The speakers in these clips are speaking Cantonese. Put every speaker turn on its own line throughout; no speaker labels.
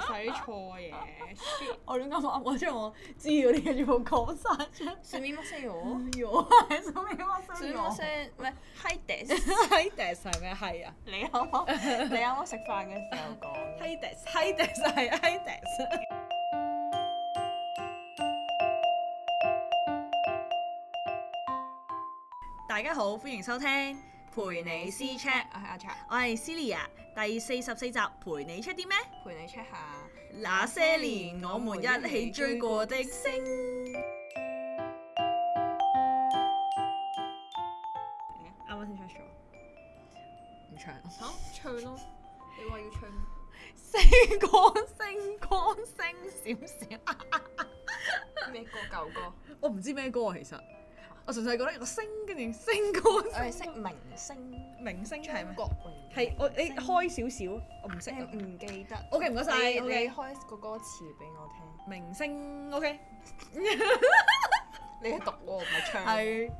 晒啲錯嘢。
我亂咁噏，我將我知嗰啲嘢全部講晒出嚟。
すみませんよ。
我係做咩乜
すみません，唔係 hi des。
？Hades 係咩？係啊
你啱啱你啱啱食飯嘅時候講。
，Hades，Hades 係 Hades。大家好，歡迎收聽陪你私 check，
我係阿茶，
我係 Celia，第四十四集陪你 check 啲咩？
陪你 check 下。
那些年我們一起追過的星。啱啱先 check 咗，唔唱。
嚇唱咯，你話要唱，
星光星光星閃閃，
咩歌舊歌？
我唔知咩歌啊，其實我純粹係覺得有個星跟住星光
我係識明星
明星係
張
咩？
國榮。
係我你開少少，我唔識啊。
你唔記得。
OK，唔該晒
你你
OK
開個歌詞俾我聽。
明星 OK
你係讀喎，唔係 唱。
係。啊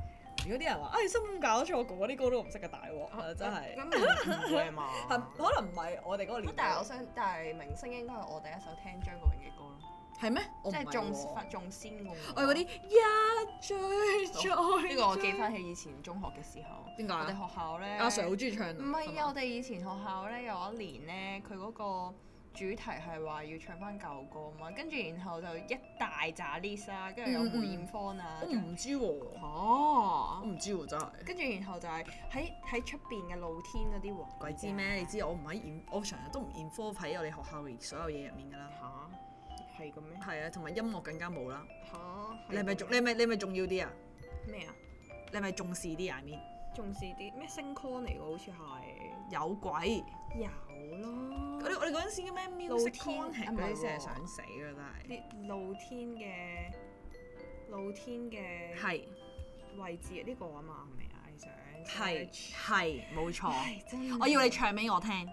如果啲人話，唉，心搞錯，嗰啲歌都唔識嘅大鑊啊，真係。
哦咁唔會啊嘛。
係可能唔係我哋嗰個年
但係
代
我。想，但係明星應該係我第一首聽張國榮嘅歌咯，
係咩？哦我唔
即係
係
仲發
喎
仲先喎。
我係嗰啲一追再
呢個我記
追
翻起以前中學嘅時候，
點解啊
我哋學校咧，
阿 Sir 好中意唱啊。
唔係啊！
嘛
我哋以前學校咧有一年咧，佢嗰個主題係話要唱翻舊歌嘛，跟住然後就一大扎 list 啊，跟住有
嗯嗯
梅艷芳啊
我，唔知喎。我
哦，
唔知喎，真係。
跟住然後就係喺喺出邊嘅露天嗰啲位，
鬼知啊咩？你知我唔喺演，我成日都唔 involve 喺我哋學校嘅所有嘢入面㗎啦。
嚇？係咁咩？
係啊，同埋音樂更加冇啦。
嚇？
你係咪
咁
重？你係咪你係咪重要啲啊？
咩啊？
你係咪重視啲啊？面
重視啲咩星 con 嚟㗎？好似係
有鬼！
有
我
咯，
哋我哋嗰陣時嘅咩 music
露
c o n
天
t
啊唔係
嗰啲
喎
真係想死㗎，真係。
啲露天嘅露天嘅
係
位置呢個啊嘛，係咪啊？你想
係
search
係冇錯。
唉真 係
哦我要你唱俾我聽，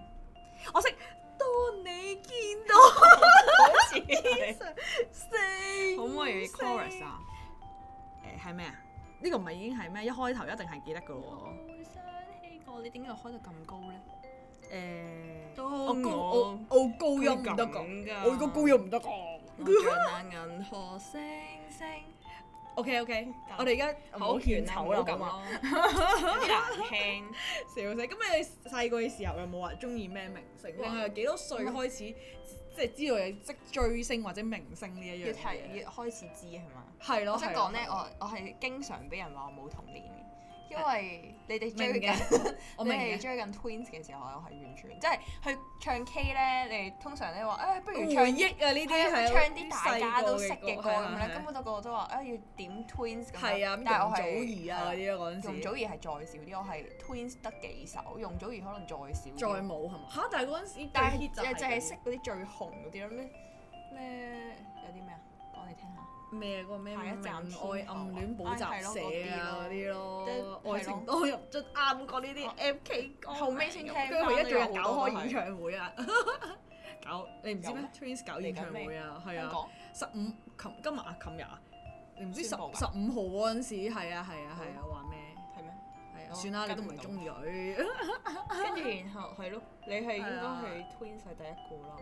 我識。當你見到
好似係
星，
可唔可以 chorus 啊？
誒係咩啊？呢個唔係已經係咩？一開頭一定係記得㗎咯喎。
好想起過，你點解開到咁高 咧？
誒、
當
我高
我
我我高音唔得
咁
㗎
㗎，
我個高音唔得㗎。
我像那銀河星星，
O K O K，我哋而家唔好獻
完
醜啦，咁啊，
咯，有啲難聽。
笑死！咁你細個嘅時候有冇話中意咩明星？定係幾多歲開始即係知道你即追星或者明星呢一
要
樣
提
嘢？
要開始知係嘛？
係咯，
我想
係咯
講咧，
係咯
我我係經常俾人話我冇童年嘅，因為你哋追
明
緊。
嘅， 我
你
明啊
哋
嘅。
追緊 Twins 嘅時候，我係完全即係去唱 K 咧，你哋通常咧話誒，不如唱
回憶啊！呢啲
係啊
係
唱啲大家都識
細個
嘅歌咁咧，
啊係
根本都個個都話誒要點 Twins 咁樣。
係啊，
但係我
咁容祖
係
兒啊嗰
係
啲啊嗰陣時，
容祖兒係再少啲，我係 Twins 得幾首，容祖兒可能再少啲。
再冇係嘛？嚇！但係嗰陣時最
但
hit
係
就
就就係
係
識嗰啲最紅嗰啲咯，咩咩有啲咩啊？講嚟聽下。
咩嗰個咩
下一
明
站
愛
天后
暗戀補習社啊嗰啲
即啊係
咯
係，咯
愛情多入樽啱嗰呢啲 M K 歌，
後尾先聽返
跟住哦啊佢一仲
都
要
有
搞
好多
開演唱會啊， 搞你唔知
有
咩
咩
Twins 搞演唱會啊，係
香
啊，
港
十五琴今日啊琴日啊，你唔知十十
宣
五
佈㗎
號嗰陣時係啊係啊係啊話咩？
係咩？
係啊，
我
算啦，你
哦跟
都唔
唔
係
到
中意佢。
跟住然後係咯，你係應
係
該
啊
係 Twins 係第一個啦。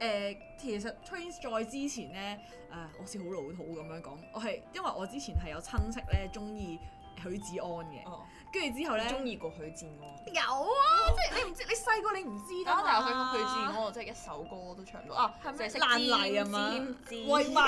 誒，呃其實 Twins 再之前咧，誒、我好似好老土咁樣講，我係因為我之前係有親戚咧中意許志安嘅，
哦，
跟住之後咧
中意過許志安。
有啊，即係你唔知，你細個你唔知㗎
啊！但係我
嘛
想講許志安，我真係一首歌都唱唔到啊！
係咩
就識
爛泥啊嘛
尖尖
喂咪，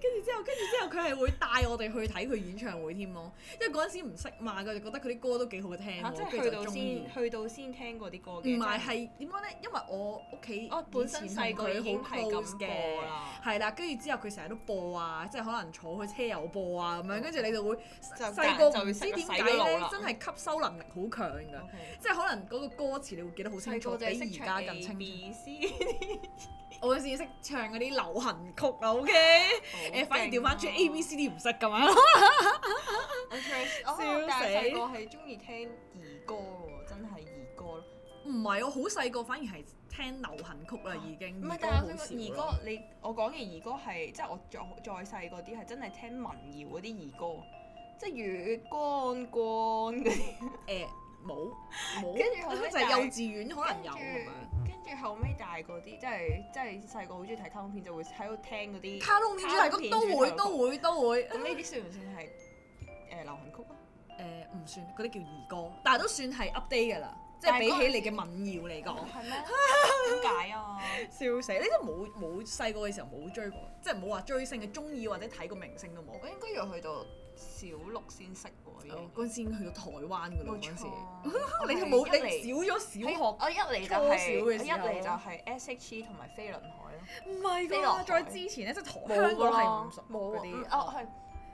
跟住之後，跟住之後佢係會帶我哋去睇佢演唱會添咯，因為嗰陣時唔識嘛，佢就覺得佢啲歌都幾好聽
啊嚇，即
喎，跟
係去
住就
到
中意
先。去到先聽過啲歌
唔
嘅，
係
即係
係點講咧？因為我屋企
我哦本身細個已
以前
經
同佢
係
好 close
咁
嘅
播。啦，
係啦，跟住之後佢成日都播啊，即係可能坐佢車又播啊咁樣，跟住你就會
哦就
細個
就
唔
會
知
識得
點解
洗個腦
咧
啦，哦
真係吸收能力好強㗎，即係可能嗰個歌詞你會記得好清
啊細
楚，
個
比
就係識
而
唱
家
A
更清楚。
B C，
我嗰時識唱嗰啲流行曲啊，OK，誒反而
啊
調翻轉 A B C D 唔識咁樣。
我唱
笑
哦，但係
死
細個係中意聽兒歌喎，真係兒歌咯。
唔係，我好細個反而係聽流行曲啦，已經。
哦唔係
兒，歌
但係
好
我想講
少
兒
啦
歌，你我講嘅兒歌係即係我再再細嗰啲係真係聽民謠嗰啲兒歌，即係月光光嗰啲。
誒冇冇，
跟住後尾
就係
但係
幼稚園可能有咁樣。
跟住住後尾大個啲，即係即係細個好中意睇卡通片，就會喺度聽嗰啲。
卡通片主題曲都會都會都會，
咁呢啲算唔算係誒流行曲啊？
誒呃唔算嗰啲叫兒歌，但係都算係 update 㗎啦，即係比起你嘅民謠 嚟講。
係咩？點 解啊？
笑死！呢啲冇冇細個嘅時候冇追過，即係冇話追星嘅，中意或者睇過明星都冇。哦
我應該要去到小六先識喎，已經。
嗰陣時已經去到台灣㗎啦，
冇
嗰陣時
錯。
你係冇你少咗小
係
學，
我一嚟就
初
係、
小
我
嘅
一
時候
嚟就係 S.H.E 同埋飛輪海咯。
唔係
飛落
㗎。
海
再之前咧，即係台
冇
香
噶
港
啦
係唔熟
冇
嗰
啊嗯
啲。
哦，係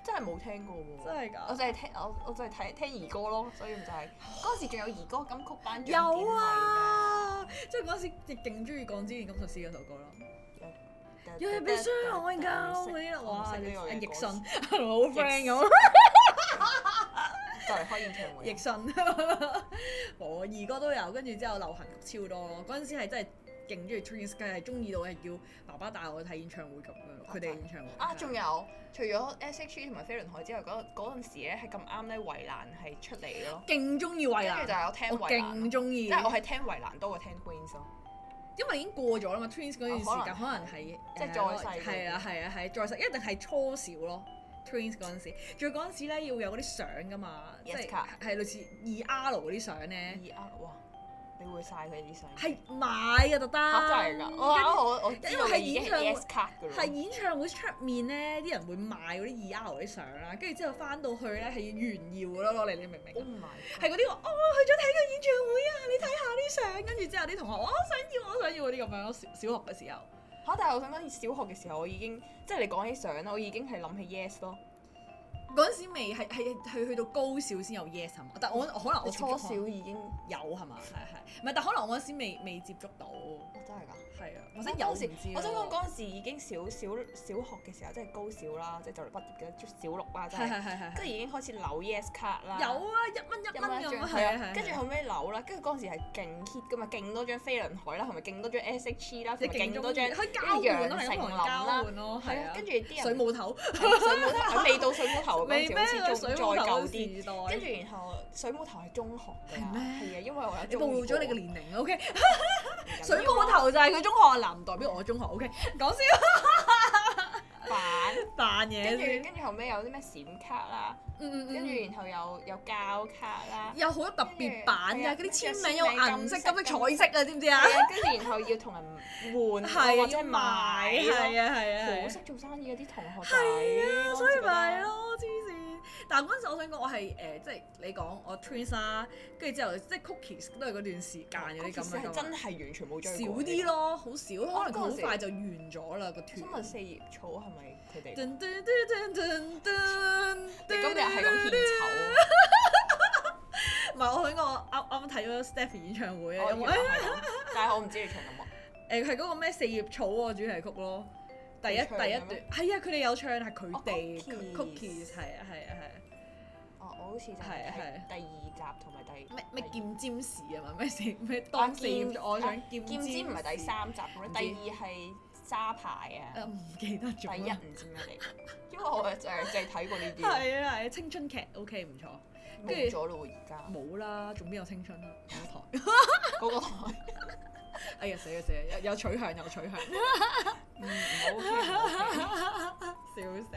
真係冇聽過喎。
真係㗎
我就係聽我我就係睇聽兒歌咯，所以就 係嗰陣時仲有兒歌金曲頒獎典禮
有
㗎。
啊，即係嗰陣時亦勁中意《鋼之煉金術師》嗰首歌咯。要係被傷害㗎嗰啲咯，哇！啊
我唔識呢個嘅
奕
歌
迅同我好 friend 咁，
就嚟開演 唱
奕。
會
迅我二哥都有，跟住之後流行曲超多咯。嗰陣時係真係勁中意 Twins，佢係中意到係叫爸爸帶我去睇演唱會咁樣咯，佢哋演唱會
啊，仲有除咗 S.H.E 同埋飛輪海之外，嗰嗰陣時咧係咁啱咧，衞蘭係出嚟咯。
勁中意衞
跟住就
蘭，
係我聽
我
衞
勁
蘭，
中意，
即係我係聽衞蘭多過聽 Queen 咯。
因為已經過咗啦嘛，Twins 嗰段時間
哦
可能係
即係
誒
再細
係啊係啊係再細，一定係初小咯。Twins 嗰陣時，仲有嗰陣時咧要有嗰啲相噶嘛，即
Yes
係
卡
係類似二 R 嗰啲相咧，
二啊，哇！你會晒佢啲相？
係買啊嘅特登。
嚇真係㗎！我
跟住
我我知道你已
因為
經
係演
係
唱
S 卡㗎啦。
係演唱會出面咧，啲人會賣嗰啲二 R 嗰啲相啦，跟住之後翻到去咧係要炫耀咯，攞嚟你明唔明
Oh
啊？
my！
係嗰啲話哦，我去咗睇個演唱會啊！你睇下啲相，跟住之後啲同學哦我想要，我想要嗰啲咁樣咯。小小學嘅時候，
嚇！但係我想講，小學嘅時候我已經，即係你講起相啦，我已經係諗起 yes 咯。
嗰陣時未係係係去到高小先有 yes 係嘛？但我我可能我
我
接觸
初
可
小
能
已經，
有係嘛？係係，唔係但可能我嗰陣時未未接觸到，
哦真係㗎。
係啊，
我
或者有
時
唔知，咯
我想講嗰陣時已經小小小學嘅時候，即係高小啦，即係就嚟畢業嘅即係小六啦，即
係
係
係係係
即係
係
已經開始扭 yes 卡啦。
有啊，一蚊一
一
蚊
蚊一
咁
張
啊，
係
係啊係
啊
啊，，
跟住後尾扭啦，跟住嗰陣時係勁 hit 噶嘛，勁多張飛輪海啦，同埋勁多張 S.H.E 啦，
你
同埋
勁
勁
多
多張
張，可以交
跟住
換
楊
咯，係咁
丞
同
琳
人交
啦，
換咯，
係
係
啊
啊，，
跟住啲
水
人
母頭，
水母頭未到水母頭嗰
未
陣時，
咩
好似
水
仲
母
再
頭
舊
嘅
啲。
時代，
跟住然後水母頭係中學㗎，
係咩
係啊，因為我有
你
中
暴露咗你
嘅
嘅年齡啦，OK？
年
水母頭就係佢中學男，唔代表我中學，OK？講先
板，
扮嘢先
跟住，跟住後尾有啲咩閃卡啦，
嗯嗯嗯
跟住
嗯。
然後有有膠卡啦，
有好多特別版㗎，嗰
跟
啲
住係啊
簽名有銀色、金色、
跟住
彩色啊，知唔知啊？
係啊，跟住然後要同人換
係啊
咯或者
要買，
買
係
咯，
啊係啊，
好
係
識
啊
做生意嗰啲同學仔，
係啊，所以咪
係。
咯，黐線。但係嗰陣時，我想講我係誒，即係你講我 Twins 啦，跟住之後即係 Cookies 都係嗰段時間有啲咁樣
係
㗎
真
嘛
係完全冇追
少
過
啲。咯，好少，可能佢
哦嗰陣
好
時
快就完咗啦個
我想問
團。
啊四葉草係咪佢哋？
噔噔噔噔噔噔
你今日係咁獻醜啊。
唔係，我想講我啱啱睇咗 Stephy 演唱會啊，
我
有
以為
冇？
係咁但係我唔知你唱緊乜。
誒係嗰個咩四葉草嗰個主題曲咯，第一第一
佢
段係
唱嘅咩
啊，佢哋有唱係佢哋
哦，Cookies
cookies 係啊係啊係啊，
哦，我好似就
係
係
啊係啊
睇第二集同埋第
咩咩
第啊
劍尖士啊嘛，咩四咩當四葉
劍
草，我想劍
劍尖唔係第
士，
三集咁
唔
樣，
知
第二係沙排啊，
誒唔記得咗啦，啊
第一唔知咩嚟，因為我就係淨係睇過呢啲，
係啊係啊青春劇 OK 唔錯，
冇咗咯喎而家
冇啦，仲邊有青春啊？嗰 台，
嗰個台，
哎呀死啊死啊，有有取向有 取向。
嗯唔好聽。
笑死！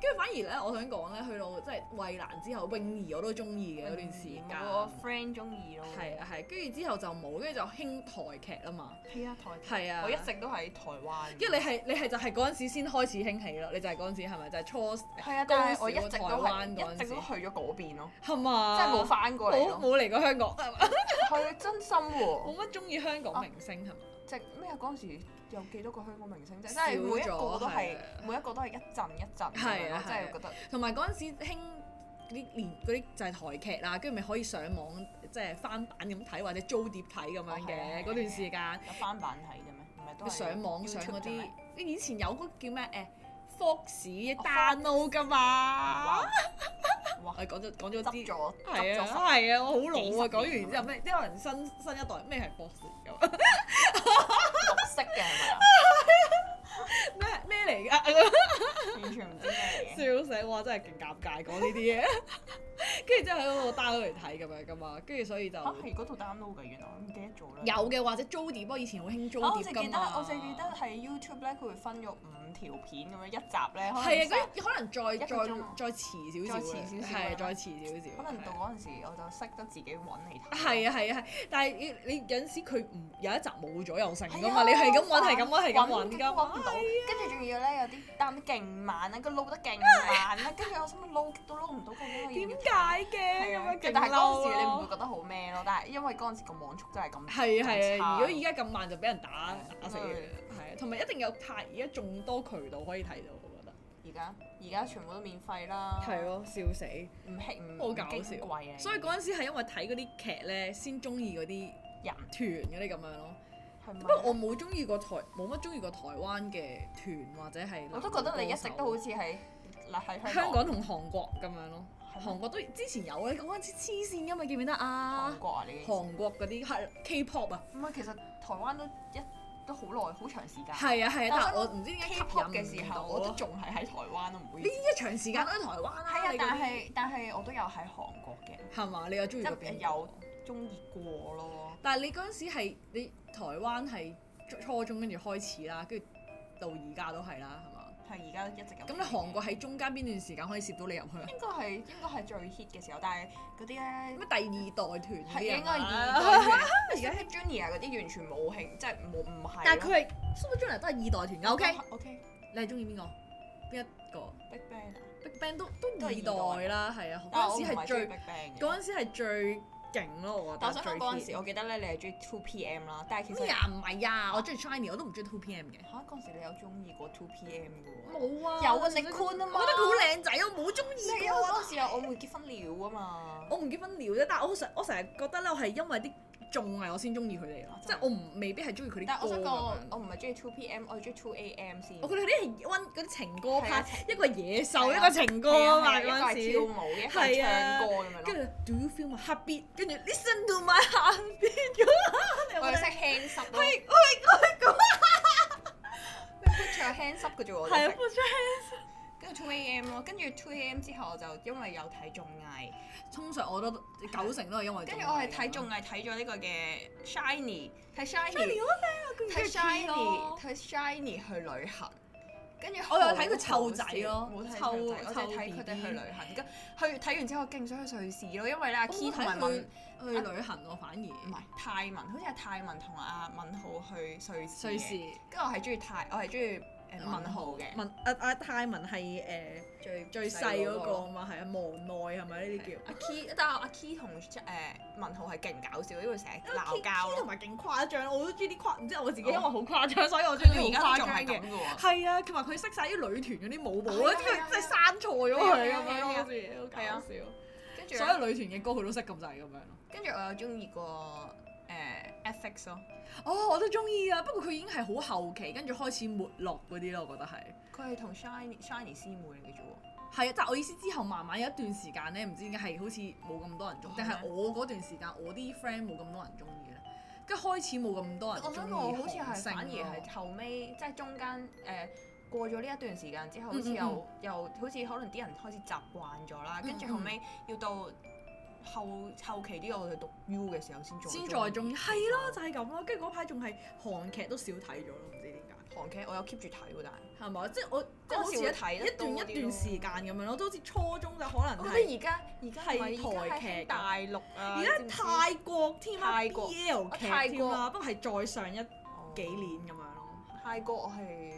跟住反而咧，我想講咧，去到即係衞蘭之後，泳兒我都中意嘅嗰段時間。
嗯我 friend 中意咯，
係啊係，跟住之後就冇，跟住就興台劇啦嘛。
係啊台，
係啊，
我一直都喺台灣，
因為你係你係就係嗰陣時先開始興起咯，你就係嗰陣時係咪就係初
係啊，
高
但係
小
我一直
台
都係
灣嗰
一
陣
直
時
都去咗嗰邊咯，
係
即
嘛？
係冇翻過嚟
冇
咯，
冇嚟過香港，係嘛
係真心喎。
冇乜中意香港明星係嘛？
即係咩啊？嗰陣時有幾多個香港明星啫？即
少咗
係每一個都係
係啊
每一個都係一陣一陣咁樣
係啊
咯，即
係啊
係覺得
同埋嗰陣時興嗰啲連嗰啲就係台劇啦，跟住咪可以上網即係翻版咁睇或者租碟睇咁樣
哦係啊係
嘅
啊
嗰段時間。
有翻版睇嘅咩？唔係都
你
係
上網上
YouTube
嗰
啫咩
啲，你以前有嗰個叫咩誒 Fox
哦
download 噶嘛？
哇哇
我講咗講咗
執
啲。
咗
係
執
啊，
咗
係啊，我好老
幾十
啊！
年
講完之後咩？啲人新新一代咩係 Fox 咁？
綠色嘅係咪啊？
咩 咩嚟㗎？啊
完全唔知咩嚟嘅。
笑死！哇，真係勁尷尬講呢啲嘢。跟 跟住之後喺嗰度 download 嚟睇咁樣噶嘛，跟住所以就
啊，係嗰度 download 嘅，原來我唔記得咗啦。
有嘅或者租碟咯，以前好興租
啊我
碟
淨
噶
記得，
嘛。
我淨記得係 YouTube 咧，佢會分咗五條片咁樣一集咧，可能
係啊
三，
嗰啲可能再
一個
再
鐘啊
再遲少
再
少
遲
啊，
少少
係
啊
再遲少少。
可能到
係
嗰陣時我就識得自己揾嚟睇。
係啊係啊係，但係你你有陣時佢唔有一集冇咗又成
係啊，
噶嘛，你係咁揾係咁揾係咁
揾
揾
極
噶
都
嘛
揾唔。到，跟住仲要咧有啲擔得勁慢啦，個撈得勁慢啦，跟住我心諗撈極都撈唔到，究竟我要
點
唔要睇
解
係
嘅
啊
咁樣勁
但係嗰
嬲
陣時你唔會
啊！
覺得好咩咯？但係因為嗰陣時個網速真係咁
係
咁
係
差
啊！如果而家咁慢就俾人打打死嘅
係，
係啊，同埋一定有太而家眾多渠道可以睇到，我覺得
而家而家全部都免費啦，
係，咯，笑死！
唔吃唔
好搞
唔
笑
矜貴啊！
所以嗰陣時係因為睇嗰啲劇咧，先中意嗰啲
人
團嗰啲咁樣咯。
係咪
不過我冇中意過台，冇乜中意過台灣嘅團或者係。
我都覺得你一直都好似係嗱喺
香
香港
港同韓國咁樣咯。
係咩
韓國都之前有咧，嗰陣時黐線噶嘛，記唔記得
韓
啊？
國啊你
韓國嗰啲係 K-pop 啊，
唔係其實台灣都一都好耐好長時間
係啊係啊，但
但
係
係
我
我
唔知點解吸引
K-pop 嘅
唔
時
到
候，我都
咯。
仲係喺台灣都唔會
呢。一長時間都喺台灣啦。
係啊
你，嗰啲
但係但係我都有喺韓國嘅，
係嘛？你又中意嗰邊？
即有。中意過咯。
但係你嗰陣時係你台灣係初中跟住開始啦，跟住到而家都係啦，係嘛？
係而家一直咁。
咁你韓國喺中間邊段時間可以攝到你入去啊？
應該係應該係最 hit 嘅時候，但係嗰啲咧
乜第二代團嗰
係
啲
應該係
啊
二代團。而家 hit junior 嗰啲完全冇興，即係冇唔係咯。
但係佢係 Super Junior 都係二代團㗎，OK？
OK
你係中意邊個？邊一個
Big Bang 啊，
？Big Bang 都都
都係
二
二
代
代
啦，係啊，
但係我
嗰陣
唔
時係
係中意
最
Big Bang 嘅。
嗰陣時係最勁咯，我覺
但
得
我
最
想講嗰陣時，
hit。
我記得咧，你係中意 Two PM 啦，但係其實
咩啊？唔係啊，我中意 Shiny，我都唔中意 Two PM 嘅。
嚇嗰陣時你有中意過 Two PM 嘅喎。
冇啊，
有啊，
我
你 Kun 啊
我
嘛。
覺得佢好靚仔，我冇中意
係
過
啊，
啊
嗰陣時有我會結婚了啊嘛。
我唔結婚了啫，但係我成我成日覺得咧，我係因為啲綜藝我先中意佢哋咯
啊，
即
真
係
係
我唔未必係中意佢
但
啲
係我
歌
想
咁
講，我
樣
我唔係中意 Two PM，我係中意 Two AM 先。
啊我覺得佢啲係温嗰啲情歌
係啊
part，一個係野獸，
係啊
一個係情歌
係
啊
啊
嘛
係啊
嗰
一個
陣時。
係跳舞，一個係
係啊
唱歌咁樣
跟
咯。
住 Do you feel my heartbeat？跟住 Listen to my heartbeat 咁樣你有
我
冇
哋識
聽
hands up 咯。係係係咁。put your hands up 嘅啫喎我
係
哋
啊
識，
，Put your hands。
跟住 two AM 咯，跟住 two AM 之後我就因為有睇綜藝，
通常我都九成都係因為
跟住我係睇綜藝睇咗呢個嘅 Shiny，睇 Shiny，睇
Shiny 咯
睇 Shiny，睇 Shiny 去旅行。跟住
我有
好
睇佢湊仔
好笑
咯
冇睇
湊
湊仔，我就
湊
係睇佢哋
BB
去旅行。跟去睇完之後，勁想去瑞士咯，因為咧阿
我冇
Key 同
睇
埋
佢
文
去旅行喎，反
唔
而
係泰文，好似係泰文同阿文浩去瑞士嘅。
瑞士
跟住我係中意泰，我係中意誒文豪嘅，
文啊啊泰文係誒
最
最細嗰個啊。嘛，係啊無奈係咪呢啲叫？
阿 Key，但係阿 Key 同誒文豪係勁搞笑，因為成日鬧
Kiki 同
交。啊
埋勁誇張，我都中意啲誇，唔知我自己
哦
因為好誇張，所以我中意
佢哋而
啲
家
好誇
仲
張
係咁
嘅。
嘅喎。
係啊，同埋佢識晒啲女團嗰啲舞步
係
咧，
啊
即
係
係
啊
即係生錯咗佢
係
咁
啊係
樣
啊
咯，好
係啊
似好搞
係啊
笑。
跟住
所有女團嘅歌佢都識咁滯咁樣咯。
跟住我有中意過誒 FX 咯，
哦，我都中意啊，不過佢已經係好後期，跟住開始沒落嗰啲咯，我覺得係。
佢係同 Shiny Shiny 師妹嚟嘅啫喎。
係啊，但係我意思之後慢慢有一段時間咧，唔知點解係好似冇咁多人中，
哦
定係
係咩
我嗰段時間我啲 friend 冇咁多人中意咧，跟住開始冇咁多人
我
中
想
意
講我好似
韓
係
星
反而
咯
係後尾，即係中間誒。過咗呢一段時間之後，好似
嗯嗯嗯
又又好似可能啲人開始習慣咗啦，跟住
嗯嗯
後尾要到後後期啲我哋讀 U 嘅時候先再
先再中意，係咯，
就
就係咁咯。跟住嗰排仲係韓劇都少睇咗咯，唔知點解
韓劇我有 keep 住睇喎，但係
係咪？即係我即係好似
嗰時會睇
一
得
一段
多啲
一段時間咁樣咯，都好似初中就可能
我覺
係
得而家而家係咪
係台劇㗎
而家
啊
係興大陸啊，
而
你知唔
家
知
泰國添啦
泰國哦
，BL
泰
劇
國
添啦，不過係再上一幾
哦
年咁樣咯，
泰國我係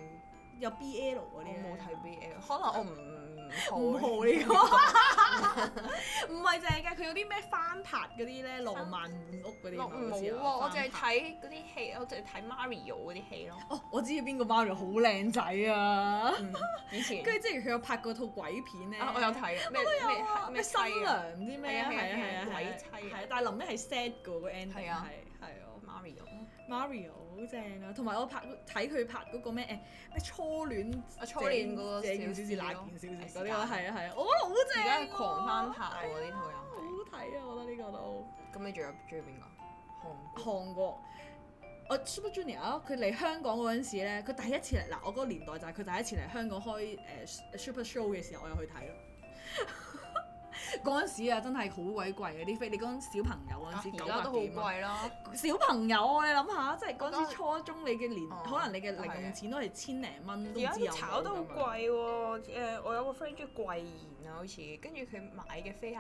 有 BL
我
嗰啲
冇
呢
睇 BL，可能我
唔
唔唔
好
好
呢個， 唔係淨係㗎，佢有啲咩翻拍嗰啲咧，浪漫滿屋嗰啲
我
嘛好似
冇
有
啊，我
翻
淨係
拍
睇嗰啲戲，我淨係睇 Mario 嗰啲戲咯。
哦，我知邊個 Mario 好靚仔啊！
嗯，以前
跟住之前佢有拍過套鬼片咧，
啊，我有睇咩咩
咩
咩
新
妻啊
娘唔知咩啊，
係啊
係啊
係
係
啊
啊，
鬼
係啊
妻
係啊，但係臨尾係 sad 個個 ending 係
係啊
係啊
Mario，
，Mario 好正啊，同埋我拍睇佢拍嗰個咩誒咩初戀
我啊初戀嗰個
這件
小
小
事
事那
咯
件小事
係
嗰啲
時間
啊係啊係啊，我覺得好
而
正
家
啊
係狂翻拍喎呢套又係。
好睇啊！我覺得呢個都
咁你仲有中意邊個？紅
韓國。我 Super Junior 啊佢嚟香港嗰陣時咧，佢第一次嚟嗱，我嗰個年代就係佢第一次嚟香港開誒 Super Show 嘅時候，我又去睇咯。 嗰陣時啊，真係好鬼貴嗰啲飛。你講小朋友嗰陣時，
啊
九
而
家
百
都好
幾蚊。
貴啦，
小朋友啊，你諗下，即係嗰
當
陣時初中你嘅年，
哦
可能你嘅零
係
用
嘅
錢都係千零蚊都
而家
唔知有冇
炒得好
咁樣
貴喎。誒，我有個 friend 中意貴賢啊，好似跟住佢買嘅飛係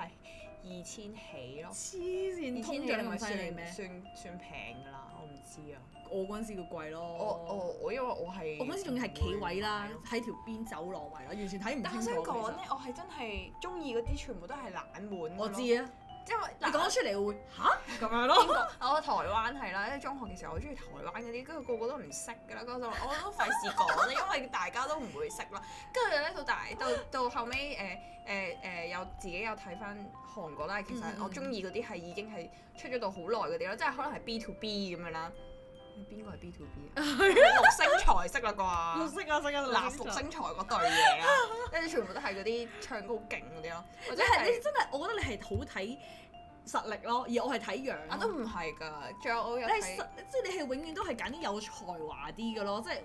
二千起咯。
黐線，通脹咁犀利咩？
算算平㗎啦，我唔知啊。
我嗰陣時叫貴咯。
我我我因為我係
我嗰陣時仲要係企位啦
唔會買，咯
喺條邊走廊位啦，完全睇唔
但係我
清
想
楚。
講咧，我係真係中意嗰啲全部都係冷門㗎
其實
咯。
我知
因
啊，
為
你
嗱
講得出嚟我會
咁樣咯。英國我台灣係啦，因為中學嘅時候我中意台灣嗰啲，跟住個個都唔識㗎啦，嗰 陣我都費事講啦，因為大家都唔會識啦。跟住咧到大到到後尾誒誒誒有自己有睇翻韓國啦，其實
嗯嗯
我中意嗰啲係已經係出咗到好耐嗰啲啦，即係可能係 B to B 咁樣啦。邊個係 B to B 啊？ 綠星財色啦啩？
識啊，識啊
嗱，復星財嗰對嘢啊， 跟住全部都係嗰啲唱歌好勁嗰啲咯，或
你
者
係
係
你真係，我覺得你係好睇實力咯，而我係睇樣咯。
啊都唔係㗎，仲有我
你
有
係
睇
實，即係你係永遠都係揀啲有才華啲嘅咯，即係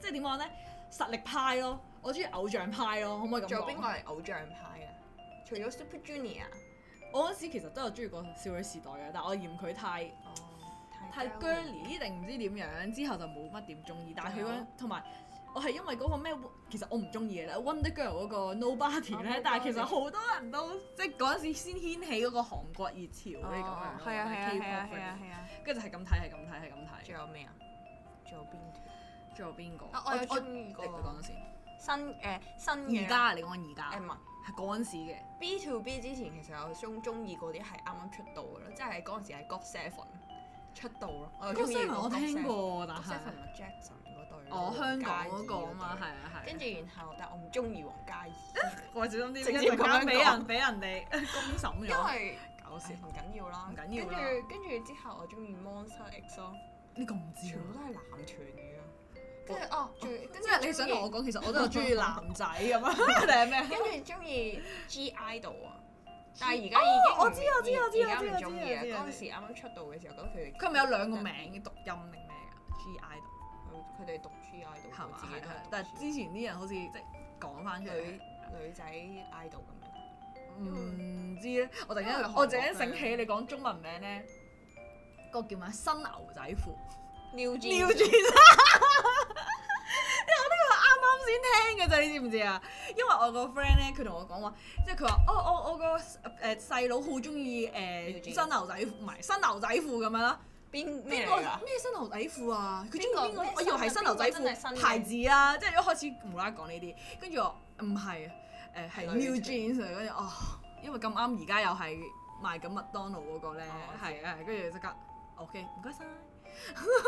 即係點講咧？實力派咯，我中意偶像派咯，可唔可以咁
仲有邊
講？
個係偶像派啊？除咗 Super Junior，啊
我嗰時其實都有中意過少女時代嘅，但我嫌佢太
哦，
太 girly 定唔知點樣，之後就冇乜點中意。但係佢
仲
嗰
有
同埋我係因為嗰個咩，其實我唔中意嘅啦，Wonder Girl 嗰個 Nobody 咧
哦，
但係其實
Nobody
好多人都即係嗰陣時先掀起嗰個韓國熱潮嗰啲咁樣咯
係啊係啊係啊
K-pop
係啊
嗰啲
係啊，
跟住就係咁睇，係咁睇，係咁睇。
仲有咩啊？仲有邊條？
仲有邊個？
啊我有中意
你
過
講咗先。
新誒新嘅
而家啊你講而家
誒唔係
係嗰陣時嘅。
B to B 之前其實我中中意嗰啲係啱啱出道嘅咯，即係嗰陣時係 God Seven 出道咯，我有
嗰
中
個
意
s
過
我
God
聽
Seven
過，但
Jack
啊係
Seven 咪 Jackson 嗰對咯，
哦香港
黃
嗰個
嘉怡
啊嘛，
嗰
係
對
啊係。
跟住然後，但我唔中意黃嘉 怡，
我小心啲，
直接
一陣
咁樣
間俾
講
人俾人哋 公審
因
咗，
為
搞笑
唉。唔緊要啦，
唔緊要啦
跟住跟住之後，我中意 Monster X 咯，
呢個唔知喎
全部。都係男團嚟噶。跟住哦，最跟
即
住
係你想同我講，其實我都有中意男仔咁啊， 定係咩啊？
跟住中意 G Idol 啊，但係而家已經
哦我知我知我知
而家
我知我
唔
知
中意啊。
我知
嗰
我
陣
知
時啱啱出道嘅時候，覺得佢哋
佢咪有兩個名讀音定咩㗎？G I 啊度
佢哋讀 G Idol，
係
佢
嘛
自己
係
都
係
係讀
但係之前啲人好似即係講翻出嚟
女，女仔 idol 咁樣。
唔知咧。我突然
因為韓
間
國
我突然間醒起你講中文名咧，個叫咩？新牛仔褲。
New
尿
Jeans
住啦！ 因為我呢個啱啱先聽嘅啫，你知唔知啊？因為我個 friend 咧，佢同我講話，即係佢話，哦，我我個誒細佬好中意誒
New Jeans
新牛仔褲，唔係新牛仔褲咁樣啦。
邊
邊
咩
個
嚟㗎？
咩新牛仔褲啊？佢中意邊
邊個咩
個？我以為係新牛仔
新嘅邊個
褲
真係新嘅
牌子啊，即係一開始無啦啦講呢啲，跟住我唔係啊，誒係
係女
New
仔
Jeans 啊，跟住哦，因為咁啱而家又係賣緊麥當勞嗰個咧
哦，我
係啊，跟住即刻 OK 唔該晒，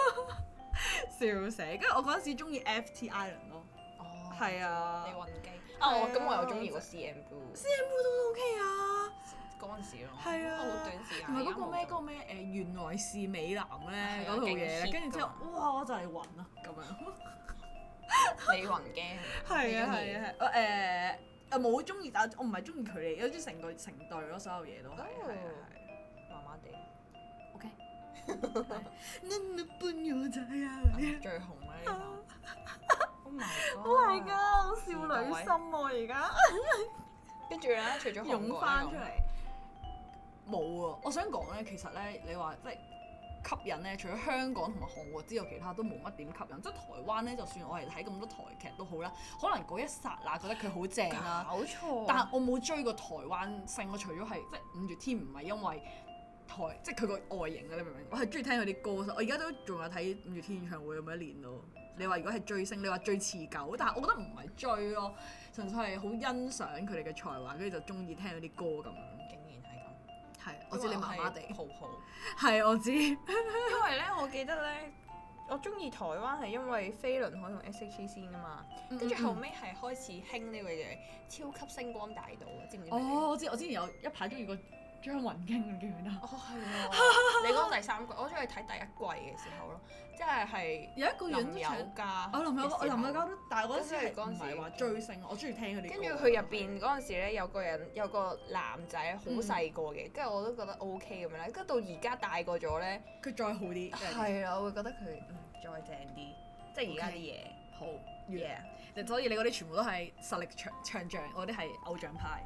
笑死！跟住我嗰陣時中意 FT Island 咯，
哦
係啊
你運機啊！我咁我又中意個
係
CM Blue
，CM 都 OK 啊，
嗰陣時咯，
係啊
好短時間。
同埋嗰個咩嗰
而家
個
冇咗
咩誒原來是美男咧
係
嗰
啊
套
勁
嘢，
hit
跟住之後
㗎
哇我就嚟暈啦咁樣。
李雲嘅
係啊係啊係，我誒誒冇中意，但我唔係中意佢哋，有中意成隊成隊咯，所有嘢都係
哦
係啊
麻麻地
係。你你搬我仔啊！
最紅啦呢首。Oh
好係
my god！
㗎，好少女心喎、
跟住咧，除咗
而家
韓
湧
國
翻出嚟。冇啊！我想講咧，其實咧，你話即係吸引咧，除咗香港同埋韓國之外，其他都冇乜點吸引。即係台灣咧，就算我係睇咁多台劇都好啦，可能嗰一剎那覺得佢好正啦、
搞錯，
但係我冇追過台灣星，我除咗係即係五月天唔係因為台，即係佢個外形啊，你明唔明？我係中意聽佢啲歌手，我而家都仲有睇五月天演唱會咁樣一年咯。你話如果係追星，你話最持久，但係我覺得唔係追咯，純粹係好欣賞佢哋嘅才華，跟住就中意聽佢啲歌咁樣。
竟然係咁，
係，我知你麻麻地。
好好。
係，我知。
因為咧，我記得咧，我中意台灣係因為飛輪海同 S.H.E 先噶嘛，跟住後
嗯。嗯嗯
尾係開始興呢個嘢，超級星光大道啊，知唔知咩？
哦，我知，我之前有一排中意過張雲京，你記唔記得？
哦，係喎！你講第三季，我中意睇第一季嘅時候咯，即係係
有一個樣都
啊林哦
想
宥嘉。
我林友我林友
嘉。
嘉都，但係我嗰陣時係
嗰陣
唔
時
係話追星，我中意聽佢啲
跟
歌。
住佢入邊嗰陣時咧，有個人有個男仔好細個嘅，跟住我都覺得 O K 咁樣啦。跟住到而家大個咗咧，
佢再好啲。
係啦，我會覺得佢嗯再正啲，即係而家啲嘢。
好。
Yeah，
所以你嗰啲全部都係實力強強將，我啲係偶像派。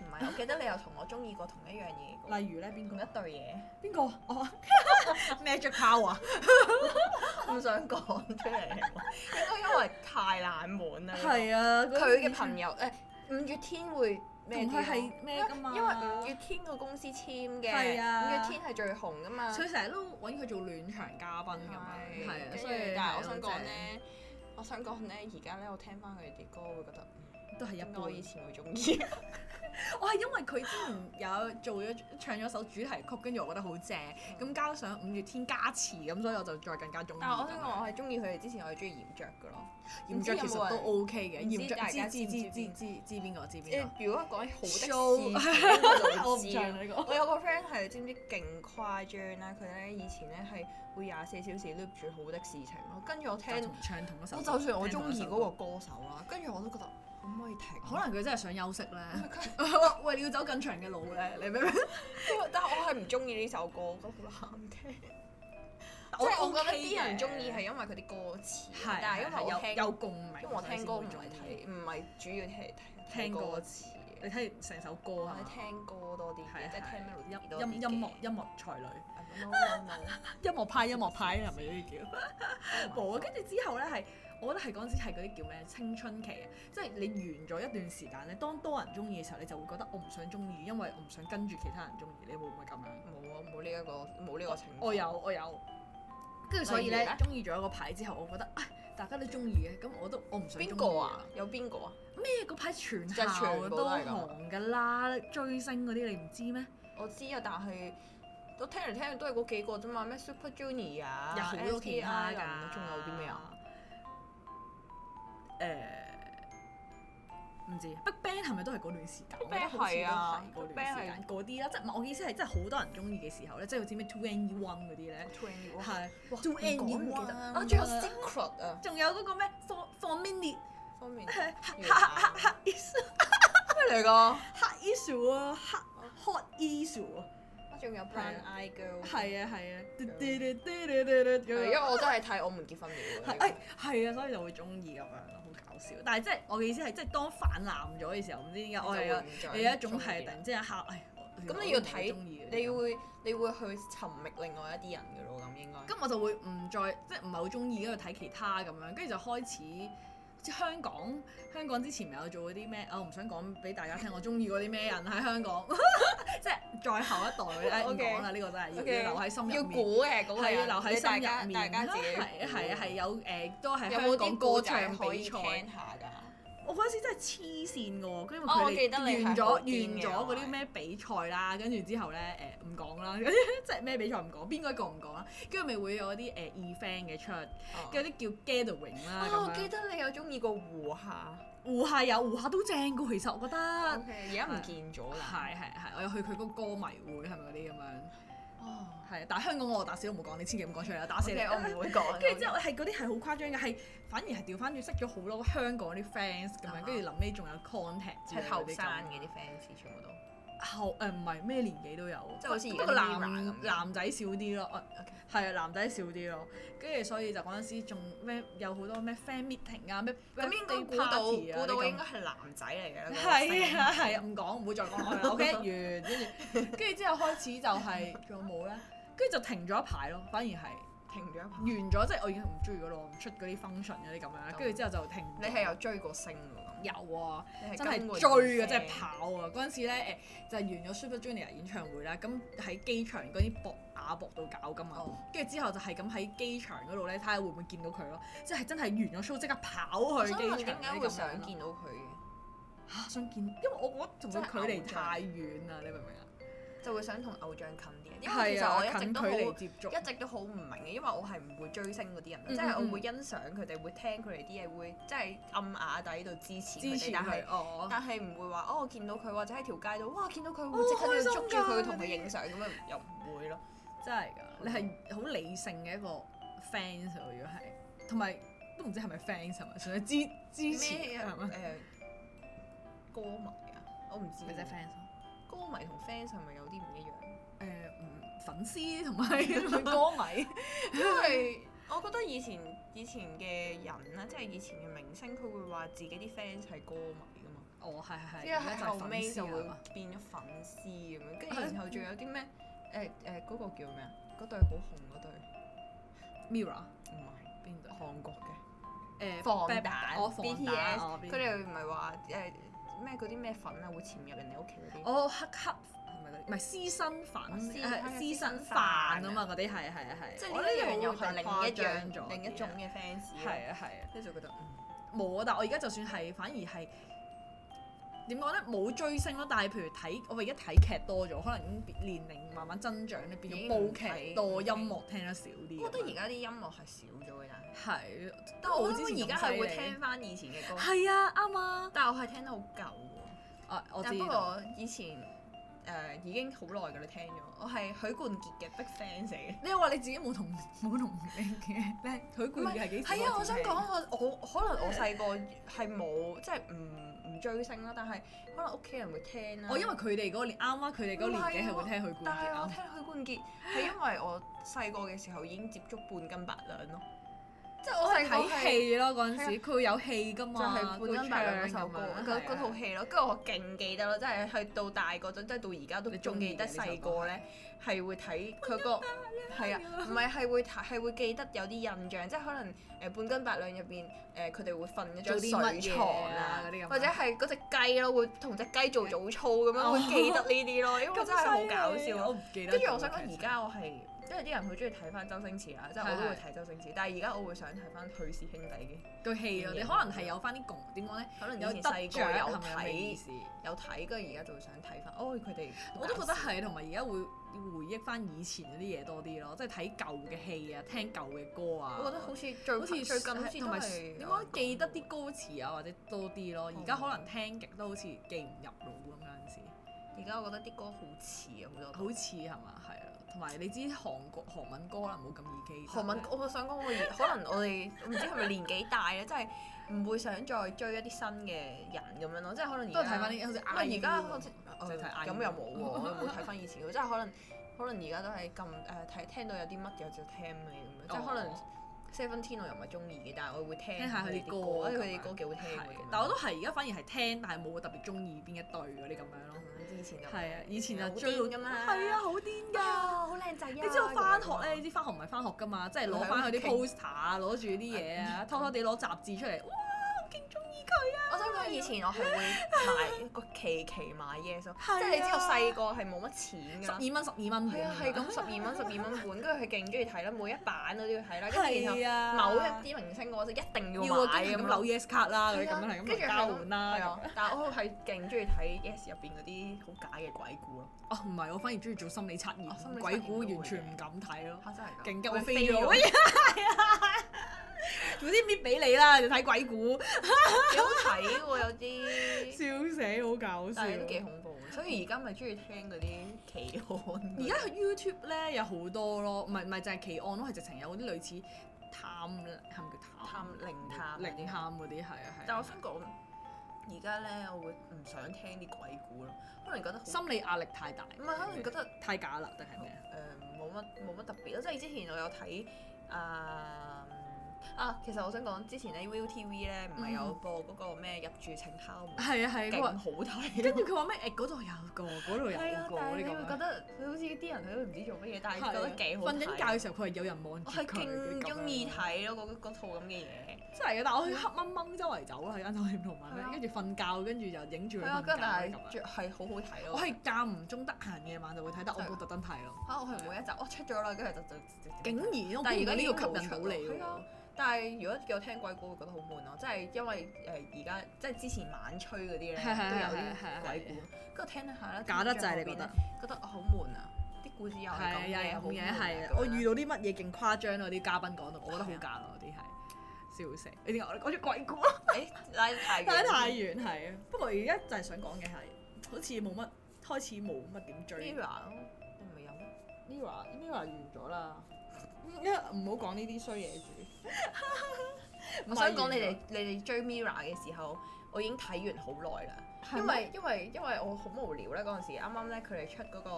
唔係，我記得你又同我中意過同一樣嘢㗎喎，
例如咧邊
同一對嘢，
邊個？哦，Magic Power
唔想講出嚟喎，應該因為太冷門 啦。
係啊，
佢嘅朋友誒，五月天會咩
同
啲
佢
咯？
係咩㗎嘛？
因為五月天個公司簽嘅，
係啊
五月天係最紅㗎嘛。
所以成日都揾佢做暖場嘉賓咁樣，啊係啊，
跟住
所以
但係
係
我想
好
講
正，
咧，我想講咧，而家咧我聽翻佢哋啲歌會覺得，
都係一
點解我以
般。
前會中意？
我係因為佢之前有做咗唱咗首主題曲，跟住我覺得好正，咁加上五月天加持，咁所以我就再更加中意咁
嗯但係我想
樣。
講，我係中意佢哋之前，我係中意嚴爵㗎咯。
嚴爵其實都 OK 嘅，
唔知
嚴爵
大家
知知
知
知
唔知
知
邊
知知邊個知邊
誒
個。，
如果講起好
Show-
的士事件，啊
我
我就
唔啊
會知啊
像你講
我有個 friend 係知唔知勁誇張啦？佢咧以前咧係會廿四小時 loop 住好的事情咯。跟住我
就
聽，
同唱同一首
我
歌，
就算我中意
聽
嗰
同一
個
首歌，
歌手啦，跟住我都覺得可唔可以停？
可能佢真係想休息咧。
佢
喂，你要走更長嘅路咧，你明唔明？
但係我係唔中意呢首歌，我覺得好難聽。即
我
係我覺得
OK
啲人
嘅
中意係因為佢啲歌詞，啊
係，
但係因為我聽，
係有有共鳴，
因為我聽歌唔
所
係
以先會中意。
睇，唔係主要係睇
聽歌
歌詞
你睇成首歌啊
我
係
係
嘛？
聽歌多啲嘅，
係
即係
係
聽 melody 多啲
音音音樂
嘅
音樂才女，
No no no，
音樂派音樂派係咪呢啲叫？ 冇啊，跟住之後咧係，我覺得係嗰陣時係嗰啲叫咩青春期啊，即係你完咗一段時間咧，當多人中意嘅時候，你就會覺得哦我唔想中意，因為我唔想跟住其他人中意，你會唔會咁樣？
冇啊冇呢一個冇呢個情況。
我有我有，跟住所以
例
咧
如咧
中意咗一個牌之後，我覺得啊大家都中意嘅，咁我都我唔想
邊
中
個
意
啊？？有邊個啊？
咩嗰排全
即係全部
校
都
都
係咁啊
紅㗎啦，追星嗰啲你唔知咩？
我知啊，但係我聽嚟聽去都係嗰幾個啫嘛，咩 Super Junior 啊，
有好多其他
STR
㗎
啊，仲有啲咩啊？？
誒唔知 BigBang 係咪都係嗰段時間
BigBang
我覺得好似都係嗰
BigBang
段時間嗰啲啦，即係我意思係即係好多人中意嘅時候咧，即係好似咩 Two and One 嗰啲咧，
Twenty
係
哇
Two
唔
and
講
One
唔記
記
得
得
啊，仲有 Secret 啊，
仲有嗰個咩 For For Minute
方面
黑
原
黑
來
黑黑 issue
咩嚟㗎？
黑 issue 啊，黑 hot issue 啊，
仲有 Brown Eye Girl，
係啊係啊，嘟嘟
咁
嘟嘟嘟嘟
因
咁樣
為我都係啊睇我們結婚了
係
嘅。
誒係啊，所以就會中意咁樣咯，好搞笑。但係即係我嘅意思係，即係當泛濫咗嘅時候，唔知點解我哋有
你
有一種係突然之間嚇，誒
咁你要睇
中意嘅
你
咁
會你會去尋覓另外一啲人嘅咯，咁應該。
咁我就會唔再即係唔係好中意，跟住睇其他咁樣，跟住就開始好似香港香港之前咪有做嗰啲咩？哦我唔想講俾大家聽，我中意嗰啲咩人喺香港，即係再後一代嗰啲誒哎唔
OK
講啦，呢個真係要要留喺心
要
入面。
估嘅嗰個
係要
人
留喺
你大
心
家
入面，
大家自己
係啊係啊係有誒，都係
有
香
冇
港
啲
歌
歌仔
唱
可
比
以
賽。
聽下㗎？
我嗰陣時真係黐線㗎喎，跟住
哦我記
佢
得你
哋
係
完咗
好
完
癲嘅
咗嗰
我
啲
係
咩比賽啦，跟住之後咧誒唔講啦，即係咩比賽唔講，邊個一個唔講啦，啊跟住咪會有啲誒 e friend 嘅出，有啲叫 gathering 啦
啊，我記
咁樣。啊
得你有中意過胡夏
胡夏有胡夏都正㗎，其實我覺得係
，OK，而家唔見咗啦。
係係，我有去佢嗰個歌迷會係咪嗰啲咁樣？
哦
係，啊但係香港我打死都冇講，你千祈唔講出嚟啦，打死你
，OK，。我 唔會講。
跟住之後係嗰啲係好誇張嘅，係反而係調翻轉識咗好多香港啲 fans 咁
啊
樣，跟住臨尾仲有 contact 之類
係後
嗰啲
生
咁啊
嘅啲 fans 全部都。
後誒唔係咩年紀都有，
即係好似
不
而
不過
家 Mira 咁
男
樣
男仔少啲咯，我係啊男仔少啲咯，跟住所以就嗰陣時仲咩有好多咩 fan meeting 啊咩
咁應該
birthday
估到，
party 啊
估到
呢咁
應該係男仔嚟嘅啦。
係啊係啊，唔講唔會再講佢啦，OK 完跟住跟住之後開始就係仲有冇咧，跟住就停咗一排咯，反而係
停咗一排。
完咗即係我已經唔中意嗰度，我唔出嗰啲 function 嗰啲咁樣，跟住之後就停咗。
你係有追過星㗎？
有啊？
你
真
跟過
係
啲
追啊！
fans
真係跑啊！嗰陣時咧，誒就係完咗 Super Junior 演唱會啦，咁喺機場嗰啲博亞博度搞噶嘛
哦，
跟住之後就係咁喺機場嗰度咧，睇下會唔會見到佢咯。即係真係完咗 show 即刻跑
我
去
想問
機
點
場
解
嗰啲
會
咁
想
樣咯
見到佢嘅？
嚇想見，因為我我同
真係
佢距離
偶像
太遠啦，你明唔明啊？
就會想同偶像近啲，因為
係
其實我
啊，
一直
近
都
距
好
離
一
接觸，
直都好唔明嘅，因為我係唔會追星嗰啲人，啊
嗯
即係
嗯
我會欣賞佢哋，會聽佢哋啲嘢，會即係暗啞底度支持
支
佢
持
哋，但
佢
係。
哦。
但係唔會話哦，我見到佢或者喺條街度，哇見到佢會
哦
即刻
開
要
心
捉住
㗎
佢同
嗰
佢
啲
影相咁樣，又唔會咯。
真係㗎，你係好理性嘅一個 fans 喎，如果係，同埋都唔知係咪 fans 係咪，純粹支支持
咩
係
啊
咪？
誒歌迷啊？我唔知
咪即係 fans 咯。
歌迷同 fans 係咪有啲唔一 樣？
誒、嗯粉絲 同埋歌迷，
因為我覺得以前啊以前嘅人啦，即係以前嘅明星，佢會話自己啲 fans 係歌迷㗎嘛。
哦，係係係，
之後
而家
喺
係
後
粉
尾
絲
就會
啦
變咗粉絲咁樣，跟住
係
然後仲有啲咩誒誒嗰個叫咩啊？嗰對好紅嗰對，
Mirror
唔係
邊隊？
韓國嘅
誒
防
Bad-
彈
哦防彈
BTS，
哦
佢哋唔係話誒咩嗰啲咩粉啊會潛入人哋屋企嗰啲。
哦黑黑係咪嗰啲？唔係私生粉，
哦私係
係私生
私生
飯
飯
啊嘛，嗰啲係係係係。
即係
我
呢
覺得
樣又
會
係
太
另一
誇張
樣
咗
另一
啲
種
啊
嘅 fans 嚟。
係啊係啊。
跟住覺得嗯
冇啊！但係我而家就算係，反而係點講咧？冇追星咯，但係譬如睇我而家睇劇多咗，可能已經年齡慢慢增長咧，變咗煲劇多，音樂聽得少啲咁樣。
我覺得而家啲音樂係少咗嘅，但係
係，
但
但
係
我
我
之前
覺得而家
係
係會聽翻以前嘅歌，
係啊，啱啊！
但係我係聽得好舊喎。
啊，我
但
知
不過
道。
我以前誒已經好耐㗎啦，聽咗。我係許冠傑嘅 big fans 嚟嘅。
你話你自己冇同冇同你嘅咧，佢故意係幾時開始聽？
係啊，我想講我我可能我細個係冇即係唔唔追星啦，但係可能屋企人會聽啦。
我哦因為佢哋嗰個年啱啊，佢哋嗰個年紀係會聽佢故意啊
但係我
啱。
聽許冠傑係因為我細個嘅時候已經接觸半斤八兩咯，即係我係
睇戲咯嗰陣時
係，啊
佢會有戲㗎
就
嘛，
係半斤八兩嗰首歌，
會唱㗎嘛
嗰嗰套戲咯。跟住我勁記得咯，即係去到大個咗，即係到而家都
你
仲
中意
記得
嘅呢首
細
歌
個咧係會睇佢個係啊，唔係係會睇係會記得有啲印象，即係可能誒半斤八兩入邊誒佢哋會瞓一
做啲
張
乜
水
嘢
床
啊
啊
嗰啲咁
或者
啊
係嗰只雞咯，會同只雞做早操咁樣，
哦
會記得呢啲咯，因為
咁
真係好搞
犀利
笑
我
咯。
唔記得。
跟住我想講，而
啊
家我係因為啲人好中意睇翻周星馳啦，即係我都
係係
會睇周星馳，但係而家我會想睇翻許氏兄弟嘅，
個戲啊，你可能係有翻啲共點講咧，
可能
有
以
得
前細個
獎
有
係咪有咩意
睇
思？
有睇，跟住而家就會想睇翻，哦佢哋
我都覺得係，同埋而家會回憶翻以前嗰啲嘢多啲咯，即係睇舊嘅戲啊，聽舊嘅歌啊。
我覺得好似最
好似
最近好似
同埋
都係
點解記得啲歌詞啊，或者多啲咯。
哦
而家可能聽極都好似記唔入腦咁有陣時，
而家我覺得啲歌好似啊，好多都
好似係嘛係啊。同埋你知韓國韓文歌可能冇咁易記得。
韓文，我想講我 而可能我哋唔知係咪年紀大咧，真係唔會想再追一啲新嘅人咁樣咯，即係可能
都
而家
係睇翻啲好似
唔係而家好似
啊即係睇 IU
呃咁又 冇喎，我冇睇翻以前嘅，即係可能可能而家都係咁誒睇聽到有啲乜嘢就聽咩咁樣，即係可能
哦
Seventeen 我又唔係中意嘅，但係我會聽
聽下佢啲
啲
歌，
因為佢哋歌幾好聽
係
嘅。
但我都係而家反而係聽，但係冇特別中意邊一隊嗰啲咁樣咯。
嗯以前就
係啊，以前就
好
追
癲
到
㗎嘛
係啊，好癲
啊
㗎！
好靚仔啊！
你
你
知道翻學咧，你知翻學唔係翻學㗎嘛，即係攞翻佢啲
係屋
poster 啊，攞住啲嘢啊，偷偷地
嗯
攞雜誌出嚟，哇！我勁中意佢啊！
我想講以前我係會買 個期期買 yes 咯，
係啊
即係你知道細個係冇乜錢㗎
十
啦
二。蚊十二蚊
嗯係
本
啊，係咁十二蚊十二蚊本，跟住佢勁中意睇啦，每一版都要睇啦，跟住
係
然
啊，
後某一啲明星嘅話就一定要
要啊，
買
跟住
咁
咁
咯
扭。yes 卡啦，嗰啲
係
咁
啊
樣係咁
跟住
交
係
換啦。
係
咁
啊，但係我係 勁中意睇 Yes 入邊嗰啲好假嘅鬼故咯。
哦，唔係，我反而中意做心理測
哦心
驗，
理測驗
鬼故
都會
完全唔敢睇咯，
嚇真係㗎
勁急
會
我飛
飛
咗，
咗
哎呀係啊，總之搣俾你啦，就睇鬼故，
幾好睇喎有啲，
笑死，好搞笑
但。係都幾恐怖。所以而家咪中意聽嗰啲奇案。
而家佢 YouTube 咧有好多咯，唔係唔係就係奇案咯，係直情有啲類似探係咪叫探
探靈探嗰
靈
啲
探嗰啲係啊係。
但我想講，而家咧我會唔想聽啲鬼故咯，可能覺得好
心理壓力太大，
唔係可能覺得。
太假啦，定係咩啊？
誒冇乜冇乜特別咯，即係之前我有睇啊、啊，其實我想講之前咧 ViuTV 咧唔係有播嗰個咩入住請敲門，
係啊係
勁
佢 話，
好睇。
跟住佢話咩？誒嗰度有個，嗰度有
係啊，
個，
但係
呢
你會覺
咁樣。
得佢好似啲人佢都唔知做乜嘢，但係啊覺得幾好
啊瞓
睇。
緊覺嘅時候，佢係有人望住
我
佢
係
咁
勁
樣
中意睇咯，嗰嗰套咁嘅嘢。
真係嘅，但係我去黑掹掹周圍走啦，喺間酒店度問
係
啦，
啊
跟住瞓覺，跟住又影住佢
係啊，
瞓
跟住但
覺咁
係
樣。
最係好好睇咯。
我係間唔中得閒夜晚就會睇，但我
真係
冇特登睇咯。
嚇，我係每一集我出咗啦，跟住就就就
竟然，我
但係
估唔
而
到
家
呢
呢
個
個啊
吸引到你
係
喎
啊。但係如果有聽鬼故，會覺得好悶咯，即係因為呃誒而家即係之前晚吹嗰啲咧，
係係
都有
係係係
啲鬼故，跟住聽一下啦，
假得
聽
滯
後
你覺
邊
得
呢？覺得好悶啊，啲故事又係咁
係啊，
嘅，
有
好悶
嘢
啊
係
咁
啊
樣！
我遇到啲乜嘢勁誇張啊！啲嘉賓講到，我覺得好
係啊
假咯，啲係笑死。你點解我哋講咗鬼故啊？
誒 拉得太
睇得太
遠
遠係啊。不過而家就係想講嘅係，好似冇乜開始冇乜點追
，Mira 咯，你唔係有咩？
Mira Mira 完咗啦，嗯因為唔好講呢啲衰 嘢住。
我想講你哋你哋追 Mira 嘅時候，我已經睇完好耐啦，
係
因
咩
為因為因為我好無聊咧嗰陣時，啱啱咧佢哋出嗰個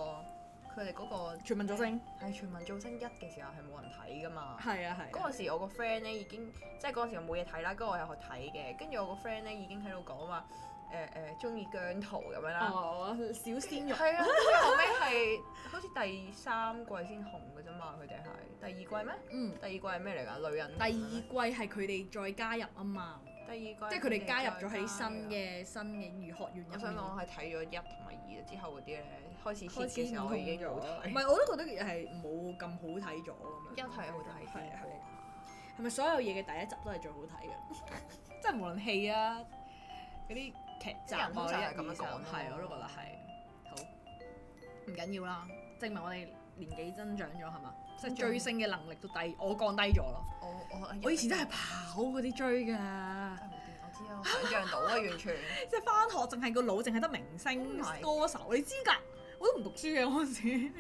佢哋嗰個
全民造星
係全民造星一嘅時候係冇人睇噶嘛。
係啊係
嗰
啊。
陣時我個 friend 咧已經即係嗰陣時我冇嘢睇啦，跟住我又去睇嘅，跟住我個 friend 咧已經喺度講話誒誒中意姜濤咁樣啦。
哦，小鮮肉，
係啊，跟住後尾係好似第三季先紅嘅啫嘛，佢哋係第二季咩？
嗯，
第二季係咩嚟㗎？女人
第二季係佢哋再加入啊嘛，
第二季
即係佢哋加入啊咗喺新。嘅新嘅娛學院
啊我
入
想
面
講，。我係睇咗一同埋二之後嗰啲咧，開始 hit
開始
嘅時候我已經冇
唔
睇，
係，我都覺得係冇咁好睇咗咁樣。
一係好睇
係啊
啲
係啊。係咪所有嘢嘅第一集都係最好睇嘅？ 即係無論戲啊，嗰啲劇集
啲
啊，
人通常係咁樣
一二三
講咯
係我都覺得係好唔緊要啦，證明我哋年紀增長咗係嘛？即係追星嘅能力都低，我降低咗咯。
我我
我以前真係跑嗰啲追㗎，
我知啊，我想象到啊，完全。
即係翻學淨係個腦淨係得明星
Oh my
歌手，你知㗎？我都唔讀書嘅嗰陣時，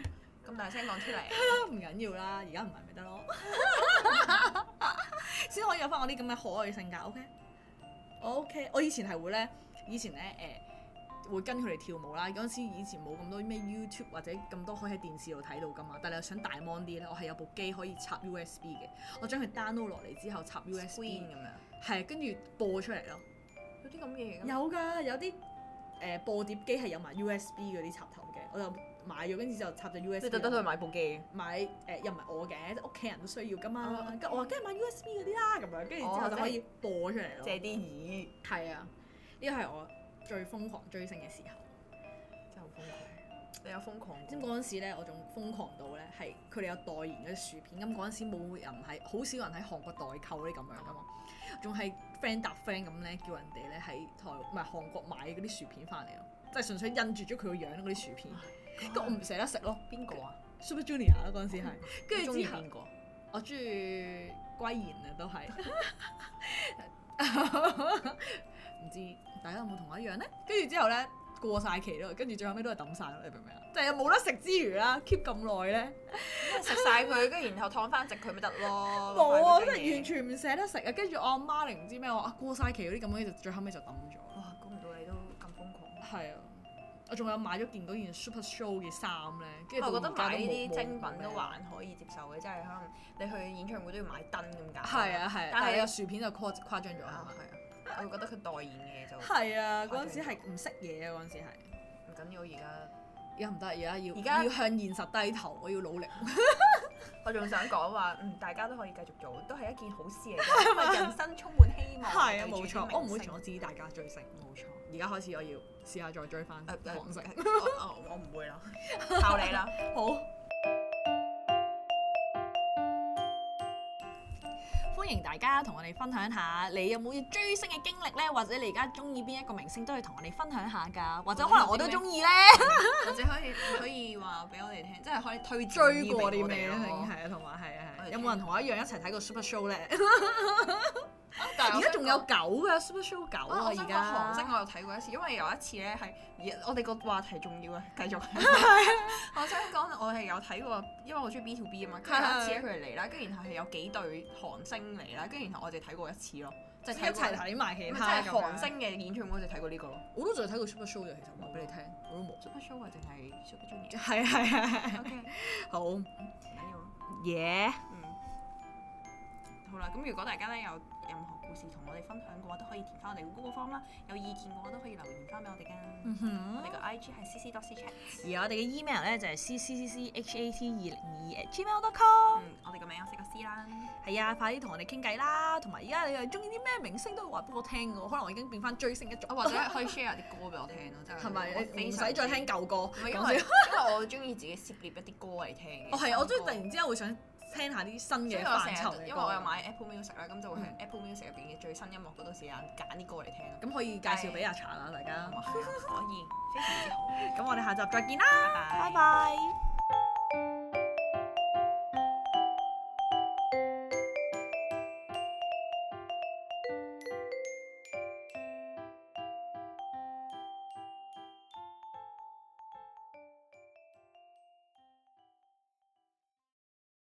咁大聲講出嚟，
唔緊要啦，而家唔係咪得咯？ 先可以有翻我啲咁嘅可愛嘅性格，OK？我 OK，我以前係會咧，以前咧誒、會跟佢哋跳舞啦。嗰陣時以前冇咁多咩 YouTube 或者咁多可以喺電視度睇到噶嘛，但係你又想大 mon 啲咧，我係有部機可以插 USB 嘅，我將佢 download 落嚟之後插 USB，
Queen 咁樣，
係啊跟住播出嚟咯。
有啲咁嘅嘢㗎。
有㗎，有啲誒、播碟機係有埋 USB 嗰啲插頭嘅，我就買咗，跟住就插咗 USB
你
落去。
特登去買部機，
啊買誒、又唔係我嘅，即係屋企人都需要噶嘛
哦。
啊跟住我話梗係買 USB 嗰啲啦，咁樣跟住之後
哦
就
即係
可以播出嚟咯。
借啲耳
係啊，呢個係我最瘋狂追星嘅時候。
真係好瘋狂。你有瘋狂過？
咁嗰陣時咧，我仲瘋狂到咧係佢哋有代言嗰啲薯片，咁嗰陣時冇人喺，好少人喺韓國代購呢啲咁樣噶嘛，仲係 friend 搭 friend 咁咧，叫人哋咧喺台唔係韓國買嗰啲薯片翻嚟咯，即係純粹印住咗佢個樣嗰啲薯片，跟住我唔捨得食咯。
邊個啊？
Super Junior 啦嗰陣時係，跟住
中意
之後。
邊個？
我中意歸然啊，都係。 唔知大家有冇同我一樣呢？跟住之後呢，過晒期咯，跟住最後尾都係抌晒咯，你明唔明啊？就係冇得食之餘啦，keep 咁耐呢，
食晒佢，跟住然後燙翻直佢咪得咯。
冇啊，
買嗰
真
張嘢
係完。全唔捨得食啊！跟住我阿媽定唔知咩話啊，過晒期嗰啲咁樣，就最後尾就抌咗。
哇！估唔到你都咁瘋狂。
係啊，我仲有買咗件嗰件 Super Show 嘅衫呢，跟住
我覺
到
得
而家
買
都
呢
冇
啲精
冇
品都
咩
還啊可以接受嘅，即係可能你去演唱會都要買燈咁解。
係啊係啊，
但
但係
係
你個
有
薯片就誇誇張咗係
啊
嘛？
係啊，我會覺得佢代言嘅嘢就
係啊，
誇
嗰
張
陣時係唔識嘢啊，嗰陣時係。
唔緊要。而家
而家唔得，而家啊要
而家
要向現實低頭，我要努力。
我仲想講話，嗯，大家都可以繼續做，都係一件好事嚟 嘅，因為人生充滿希望。對住啲
冇錯，
明
我唔會
星
阻止大家追星。
冇錯。
而家開始我要試下再追翻
誒誒
韓星。
呃 我我我唔會啦，靠你啦。
好，歡迎大家同我哋分享下，你有冇要追星嘅經歷呢？或者你而家中意邊一個明星都可以同我哋分享下㗎，或者可能我都中意呢。
或者可以可以話俾我哋聽，即係可以推
追過
過
啲
啲
咩
咩
咧？
咯？
係啊，同埋係啊係
我
啊，
哋
有冇人同我一樣一齊睇過 Super Show 呢？
啊但係
而
我
家
想
仲有
講
九㗎 Super Show 九
啊
啊！
我
而
想講
家
韓星我有睇過一次，因為有一次咧係而我哋個話題重要啊，繼 續。 我想講我係有睇過，因為我中意 B to B 啊嘛，跟住有一次咧佢哋嚟啦，跟住然後係有幾對韓星嚟啦，跟住然後我哋睇過一次咯，即
一
係睇過
齊睇埋其
咪
他
即係
咁
韓
樣啊
星嘅演唱會我就睇過呢個咯
我都仲係睇過 Super Show 嘅，其實話俾你聽，我都冇。
，Super Show 啊或定係 Super Junior。
係係係，
OK，
好
唔緊要咯。啊
嘢，
嗯，好啦，咁如果大家咧有任何故事同我哋分享嘅話，都可以填翻我哋嘅 Google Form 啦。有意見嘅話都可以留言翻俾我哋嘅。我
嗯哼
哋個 IG 係 cc dot chat。
而我哋嘅 email 咧就係 c c c c h a t 二零二 at gmail dot com，
嗯，我哋個名我識個 C 啦。
係啊，快啲同我哋傾偈啦，同埋而家你又中意啲咩明星都話俾我聽嘅喎，可能我已經變翻追星一族，
啊，或者可以 share 啲歌俾我聽咯，真係。
係咪？
我
你
非
唔使
常
再聽
之。
舊歌，
唔係因
講
為
笑
因為我中意自己涉獵一啲歌嚟聽嘅。
我哦係我啊中意
新
突
歌
然之間會想聽下啲新
所
嘅
以我
範疇
成
嘅
日
歌
因為我有買 Apple Music 啦，咁就會
嗯
喺 Apple Music 入邊嘅最新音樂嗰度時間揀啲歌嚟聽咯。
咁可以介紹俾阿茶啦，大家
咁。啊係啊可以，非常之好。
咁我哋下集再見啦，
拜拜
拜。拜。